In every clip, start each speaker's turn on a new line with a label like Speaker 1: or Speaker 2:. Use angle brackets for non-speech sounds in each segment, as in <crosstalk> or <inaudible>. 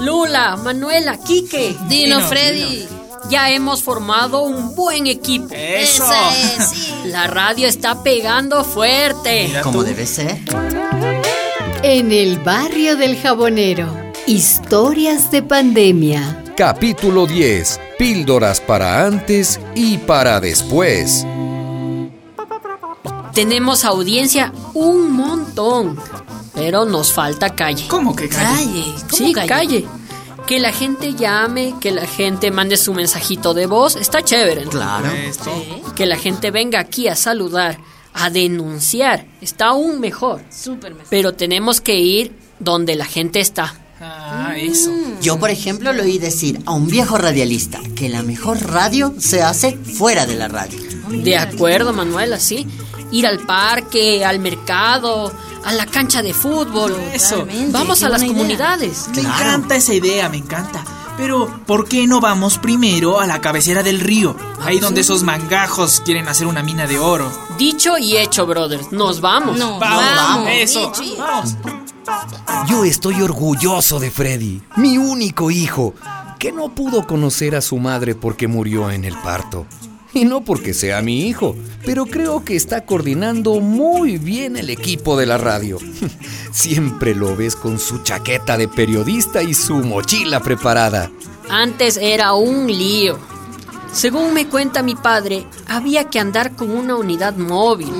Speaker 1: Lula, Manuela, Quique,
Speaker 2: Dino, Freddy.
Speaker 1: ya hemos formado un buen equipo.
Speaker 3: Eso.
Speaker 2: Ese es, sí.
Speaker 1: La radio está pegando fuerte.
Speaker 3: Mira
Speaker 4: Como
Speaker 3: tú.
Speaker 4: debe ser.
Speaker 5: En el barrio del jabonero, historias de pandemia.
Speaker 6: Capítulo 10. Píldoras para antes y para después.
Speaker 1: Tenemos audiencia un montón, pero nos falta calle.
Speaker 3: ¿Cómo que calle?
Speaker 2: Calle. ¿Cómo
Speaker 1: Sí, calle? Que la gente llame, que la gente mande su mensajito de voz, está chévere. ¿no?
Speaker 4: Claro.
Speaker 3: Esto.
Speaker 1: Que la gente venga aquí a saludar, a denunciar, está aún mejor.
Speaker 2: Súper mejor.
Speaker 1: Pero tenemos que ir donde la gente está.
Speaker 3: Ah, eso.
Speaker 4: Yo, por ejemplo, le oí decir a un viejo radialista que la mejor radio se hace fuera de la radio.
Speaker 1: De acuerdo, Manuela, sí. Ir al parque, al mercado, a la cancha de fútbol.
Speaker 3: Eso.
Speaker 2: Totalmente,
Speaker 1: Vamos
Speaker 2: qué
Speaker 1: a las
Speaker 2: buena idea.
Speaker 1: comunidades.
Speaker 3: Me encanta esa idea, me encanta. Pero, ¿por qué no vamos primero a la cabecera del río? Ahí donde esos mangajos quieren hacer una mina de oro.
Speaker 1: Dicho y hecho, brothers. Nos vamos.
Speaker 2: No,
Speaker 3: Vamos,
Speaker 2: vamos.
Speaker 3: eso.
Speaker 2: Ichi.
Speaker 3: Vamos.
Speaker 6: Yo estoy orgulloso de Freddy, mi único hijo, que no pudo conocer a su madre porque murió en el parto. Y no porque sea mi hijo, pero creo que está coordinando muy bien el equipo de la radio. <laughs> Siempre lo ves con su chaqueta de periodista y su mochila preparada.
Speaker 1: Antes era un lío. Según me cuenta mi padre, había que andar con una unidad móvil.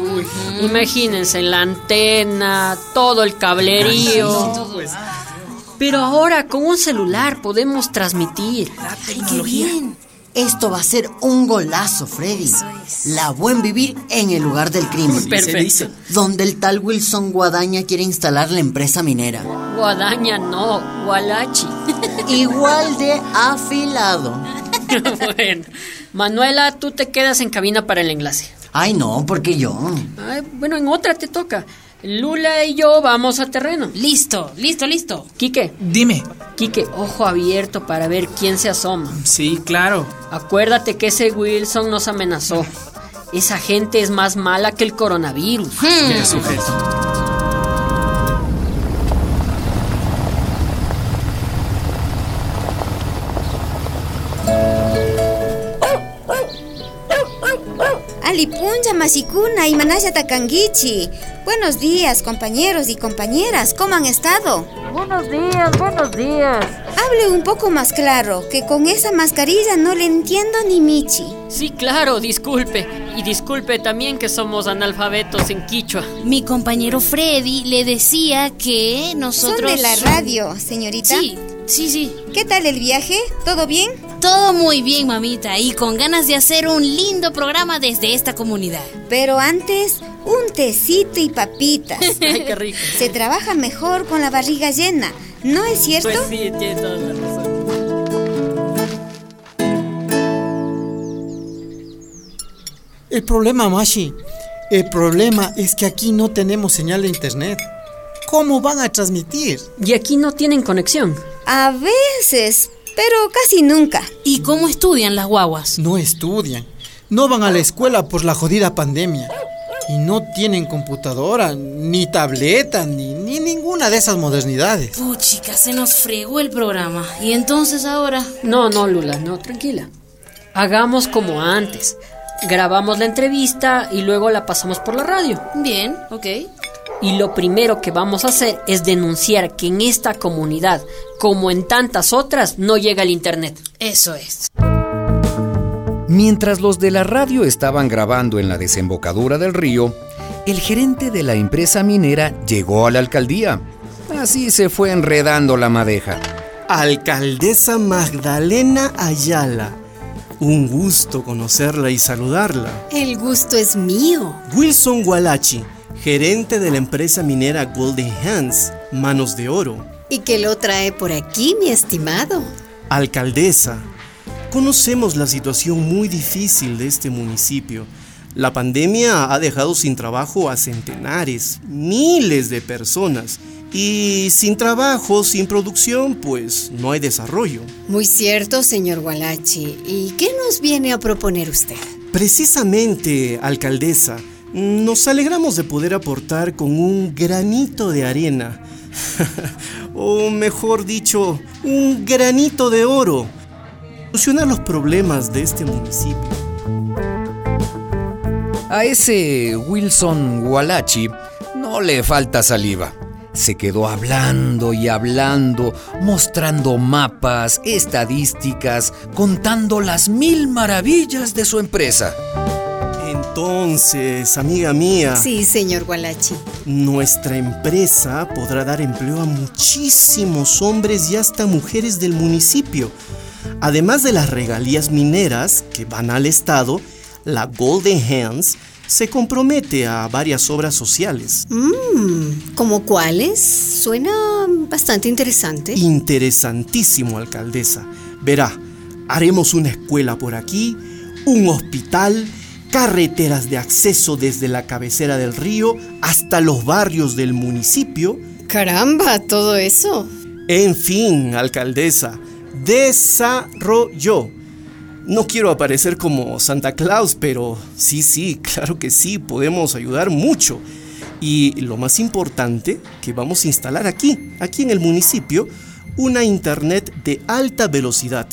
Speaker 1: Imagínense la antena, todo el cablerío.
Speaker 2: pues.
Speaker 1: Pero ahora con un celular podemos transmitir.
Speaker 2: Ay, qué bien.
Speaker 4: Esto va a ser un golazo, Freddy. La buen vivir en el lugar del crimen,
Speaker 3: Pues, Y se dice.
Speaker 4: donde el tal Wilson Guadaña quiere instalar la empresa minera.
Speaker 1: Guadaña no, Gualachi. <laughs>
Speaker 4: Igual de afilado.
Speaker 1: bueno, Manuela, tú te quedas en cabina para el enlace.
Speaker 4: Ay, no, porque yo.
Speaker 1: Ay, bueno, en otra te toca. Lula y yo vamos a terreno.
Speaker 2: Listo, listo, listo.
Speaker 1: Quique,
Speaker 3: Dime.
Speaker 1: Quique, ojo abierto para ver quién se asoma.
Speaker 3: Sí, claro.
Speaker 1: Acuérdate que ese Wilson nos amenazó. Esa gente es más mala que el coronavirus.
Speaker 3: Mira, sujeto.
Speaker 7: Alipunza, Masicuna y Manaya Takanguichi. Buenos días, compañeros y compañeras. ¿Cómo han estado?
Speaker 8: Buenos días, buenos días.
Speaker 7: Hable un poco más claro, que con esa mascarilla no le entiendo ni Michi.
Speaker 1: Sí, claro, disculpe. Y disculpe también que somos analfabetos en quichua.
Speaker 2: Mi compañero Freddy le decía que nosotros.
Speaker 7: Son de la radio, señorita.
Speaker 2: Sí, sí, sí.
Speaker 7: ¿Qué tal el viaje? ¿Todo bien?
Speaker 2: Todo muy bien, mamita, y con ganas de hacer un lindo programa desde esta comunidad.
Speaker 7: Pero antes, un tecito y papitas.
Speaker 1: Ay, qué rico.
Speaker 7: Se trabaja mejor con la barriga llena, ¿no es cierto?
Speaker 1: Pues sí, tiene toda la razón.
Speaker 9: El problema, Mashi, el problema es que aquí no tenemos señal de internet. ¿Cómo van a transmitir?
Speaker 1: Y aquí no tienen conexión.
Speaker 7: A veces, pero casi nunca.
Speaker 2: ¿Y cómo estudian las guaguas?
Speaker 9: No estudian, no van a la escuela por la jodida pandemia. Y no tienen computadora, ni tableta, ni, ni ninguna de esas modernidades.
Speaker 2: Puchica, se nos fregó el programa. Y entonces ahora.
Speaker 1: No, no, Lula, no, tranquila. Hagamos como antes. Grabamos la entrevista y luego la pasamos por la radio.
Speaker 2: Bien, ok.
Speaker 1: Y lo primero que vamos a hacer es denunciar que en esta comunidad, como en tantas otras, no llega el Internet.
Speaker 2: Eso es.
Speaker 6: Mientras los de la radio estaban grabando en la desembocadura del río, el gerente de la empresa minera llegó a la alcaldía. Así se fue enredando la madeja.
Speaker 10: Alcaldesa Magdalena Ayala. Un gusto conocerla y saludarla.
Speaker 5: El gusto es mío.
Speaker 10: Wilson Gualachi, gerente de la empresa minera Golden Hands, Manos de Oro.
Speaker 5: ¿Y que lo trae por aquí, mi estimado?
Speaker 10: Alcaldesa, conocemos la situación muy difícil de este municipio. La pandemia ha dejado sin trabajo a centenares, miles de personas. Y sin trabajo, sin producción, pues no hay desarrollo.
Speaker 5: Muy cierto, señor Gualachi. ¿Y qué nos viene a proponer usted?
Speaker 10: Precisamente, alcaldesa, nos alegramos de poder aportar con un granito de arena <laughs> o mejor dicho, un granito de oro. Solucionar los problemas de este municipio.
Speaker 6: A ese Wilson Walachi no le falta saliva. Se quedó hablando y hablando, mostrando mapas, estadísticas, contando las mil maravillas de su empresa.
Speaker 10: Entonces, amiga mía,
Speaker 5: Sí, señor Gualachi.
Speaker 10: nuestra empresa podrá dar empleo a muchísimos hombres y hasta mujeres del municipio. Además de las regalías mineras que van al Estado, la Golden Hands se compromete a varias obras sociales.
Speaker 5: Mmm, ¿como cuáles? Suena bastante interesante.
Speaker 10: Interesantísimo, alcaldesa. Verá, haremos una escuela por aquí, un hospital, carreteras de acceso desde la cabecera del río hasta los barrios del municipio.
Speaker 5: Caramba, todo eso.
Speaker 10: En fin, alcaldesa, desarrollo. No quiero aparecer como Santa Claus, pero sí, sí, claro que sí, podemos ayudar mucho. Y lo más importante, que vamos a instalar aquí, aquí en el municipio, una internet de alta velocidad.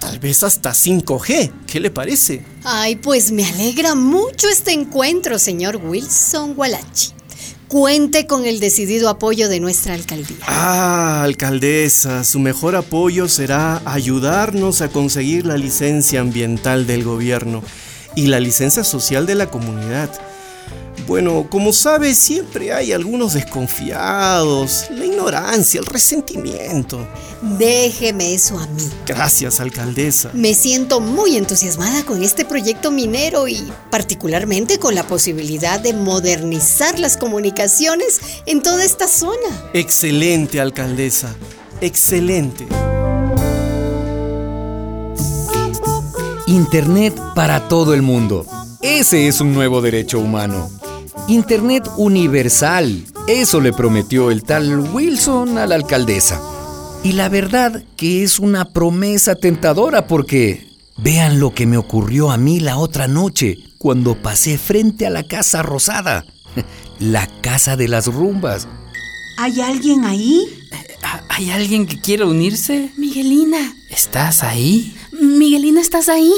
Speaker 10: Tal vez hasta 5G, ¿qué le parece?
Speaker 5: Ay, pues me alegra mucho este encuentro, señor Wilson Gualachi. Cuente con el decidido apoyo de nuestra alcaldía.
Speaker 10: Ah, alcaldesa, su mejor apoyo será ayudarnos a conseguir la licencia ambiental del gobierno y la licencia social de la comunidad. Bueno, como sabe, siempre hay algunos desconfiados, la ignorancia, el resentimiento.
Speaker 5: Déjeme eso a mí.
Speaker 10: Gracias, alcaldesa.
Speaker 5: Me siento muy entusiasmada con este proyecto minero y particularmente con la posibilidad de modernizar las comunicaciones en toda esta zona.
Speaker 10: Excelente, alcaldesa. Excelente.
Speaker 6: Internet para todo el mundo. Ese es un nuevo derecho humano. Internet universal. Eso le prometió el tal Wilson a la alcaldesa. Y la verdad que es una promesa tentadora porque vean lo que me ocurrió a mí la otra noche cuando pasé frente a la Casa Rosada, <laughs> la Casa de las Rumbas.
Speaker 11: ¿Hay alguien ahí?
Speaker 12: ¿Hay alguien que quiera unirse?
Speaker 11: Miguelina.
Speaker 12: ¿Estás ahí?
Speaker 11: Miguelina, ¿estás ahí?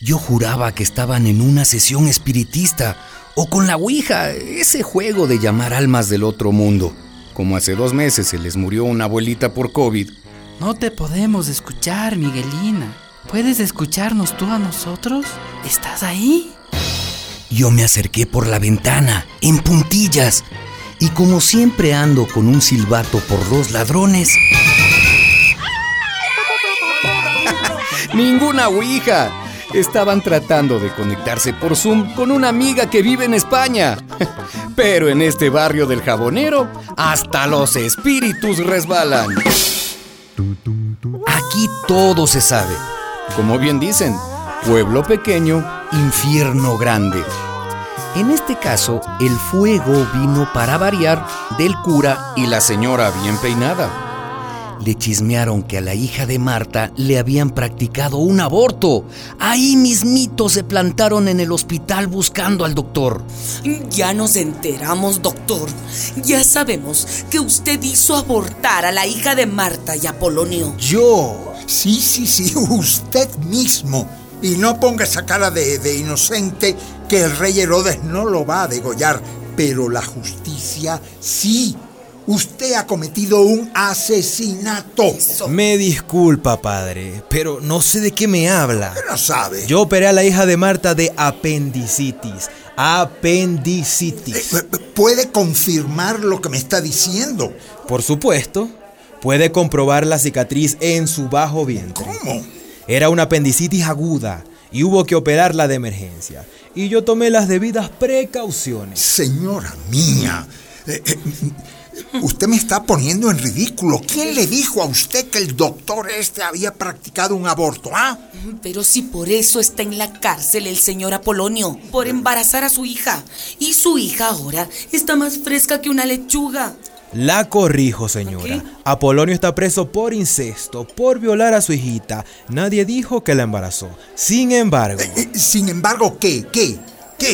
Speaker 6: Yo juraba que estaban en una sesión espiritista o con la Ouija, ese juego de llamar almas del otro mundo. Como hace dos meses se les murió una abuelita por COVID.
Speaker 12: No te podemos escuchar, Miguelina. ¿Puedes escucharnos tú a nosotros? ¿Estás ahí?
Speaker 6: Yo me acerqué por la ventana, en puntillas, y como siempre ando con un silbato por los ladrones. ¡Ninguna Ouija! Estaban tratando de conectarse por Zoom con una amiga que vive en España. <laughs> Pero en este barrio del jabonero, hasta los espíritus resbalan. Aquí todo se sabe. Como bien dicen, pueblo pequeño, infierno grande. En este caso, el fuego vino para variar del cura y la señora bien peinada. Le chismearon que a la hija de Marta le habían practicado un aborto. Ahí mismito se plantaron en el hospital buscando al doctor.
Speaker 13: Ya nos enteramos, doctor. Ya sabemos que usted hizo abortar a la hija de Marta y Apolonio.
Speaker 14: Yo, sí, sí, sí, <laughs> usted mismo. Y no ponga esa cara de, de inocente que el rey Herodes no lo va a degollar, pero la justicia sí. Usted ha cometido un asesinato.
Speaker 15: Me disculpa, padre, pero no sé de qué me habla.
Speaker 14: No sabe.
Speaker 15: Yo operé a la hija de Marta de apendicitis. Apendicitis.
Speaker 14: Eh, Puede confirmar lo que me está diciendo.
Speaker 15: Por supuesto, puede comprobar la cicatriz en su bajo vientre.
Speaker 14: ¿Cómo?
Speaker 15: Era una apendicitis aguda y hubo que operarla de emergencia. Y yo tomé las debidas precauciones.
Speaker 14: Señora mía, eh, eh, usted me está poniendo en ridículo. ¿Quién le dijo a usted que el doctor este había practicado un aborto? ¿Ah?
Speaker 13: Pero si por eso está en la cárcel el señor Apolonio, por embarazar a su hija. Y su hija ahora está más fresca que una lechuga.
Speaker 15: La corrijo, señora. Apolonio está preso por incesto, por violar a su
Speaker 14: Eh,
Speaker 15: hijita. Nadie dijo que la embarazó. Sin embargo,
Speaker 14: Sin embargo, ¿qué? ¿Qué?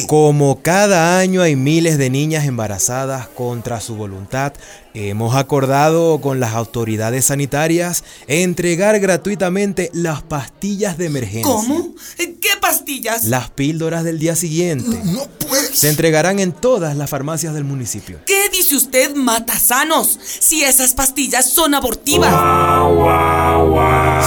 Speaker 15: Como cada año hay miles de niñas embarazadas contra su voluntad, hemos acordado con las autoridades sanitarias entregar gratuitamente las pastillas de emergencia.
Speaker 13: ¿Cómo? ¿Qué pastillas?
Speaker 15: Las píldoras del día siguiente. No Se entregarán en todas las farmacias del municipio.
Speaker 13: ¿Qué dice usted, matasanos? Si esas pastillas son abortivas.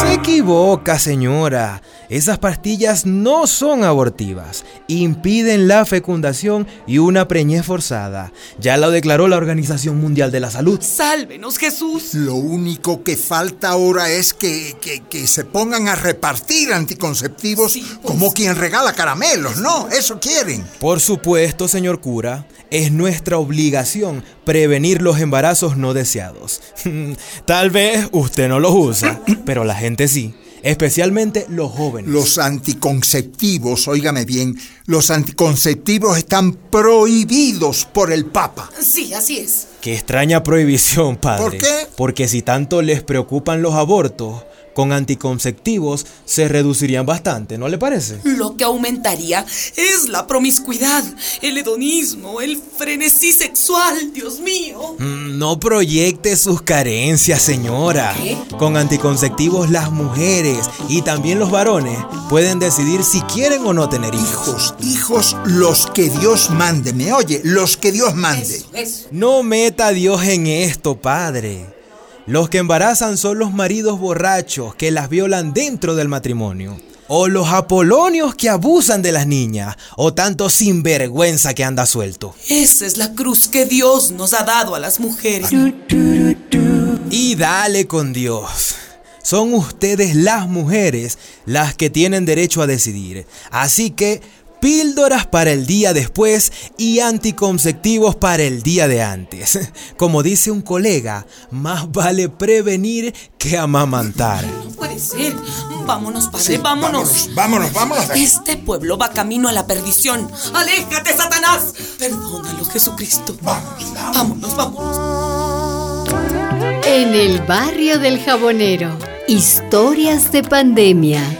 Speaker 15: Se equivoca, señora. Esas pastillas no son abortivas. Impiden la fecundación y una preñez forzada. Ya lo declaró la Organización Mundial de la Salud.
Speaker 13: Sálvenos, Jesús.
Speaker 14: Lo único que falta ahora es que, que- que se pongan a repartir anticonceptivos como quien regala caramelos, ¿no? Eso quieren.
Speaker 15: Por supuesto, señor cura, es nuestra obligación prevenir los embarazos no deseados. <laughs> Tal vez usted no los
Speaker 14: <clears throat>
Speaker 15: usa, pero la gente sí, especialmente los jóvenes.
Speaker 14: Los anticonceptivos, óigame bien, los anticonceptivos están prohibidos por el Papa.
Speaker 13: Sí, así es.
Speaker 15: Qué extraña prohibición, padre.
Speaker 14: ¿Por qué?
Speaker 15: Porque si tanto les preocupan los abortos, con anticonceptivos se reducirían bastante, ¿no le parece?
Speaker 13: Lo que aumentaría es la promiscuidad, el hedonismo, el frenesí sexual, Dios mío.
Speaker 15: Mm, No proyecte sus carencias, señora. Con anticonceptivos las mujeres y también los varones pueden decidir si quieren o no tener hijos.
Speaker 14: Hijos los que Dios mande, ¿me oye? Los que Dios mande.
Speaker 15: No meta a Dios en esto, padre. Los que embarazan son los maridos borrachos que las violan dentro del matrimonio. O los apolonios que abusan de las niñas. O tanto sinvergüenza que anda suelto.
Speaker 13: Esa es la cruz que Dios nos ha dado a las mujeres.
Speaker 15: Y dale con Dios. Son ustedes las mujeres las que tienen derecho a decidir. Así que píldoras para el día después y anticonceptivos para el día de antes. <laughs> Como dice un colega, más vale prevenir que amamantar.
Speaker 13: Puede ser. Vámonos, padre,
Speaker 15: Sí,
Speaker 13: vámonos.
Speaker 14: Vámonos, vámonos.
Speaker 13: Este pueblo va camino a la perdición. ¡Aléjate, Satanás! Perdónalo, Jesucristo. Vámonos, vámonos.
Speaker 16: En el barrio del jabonero, historias de pandemia.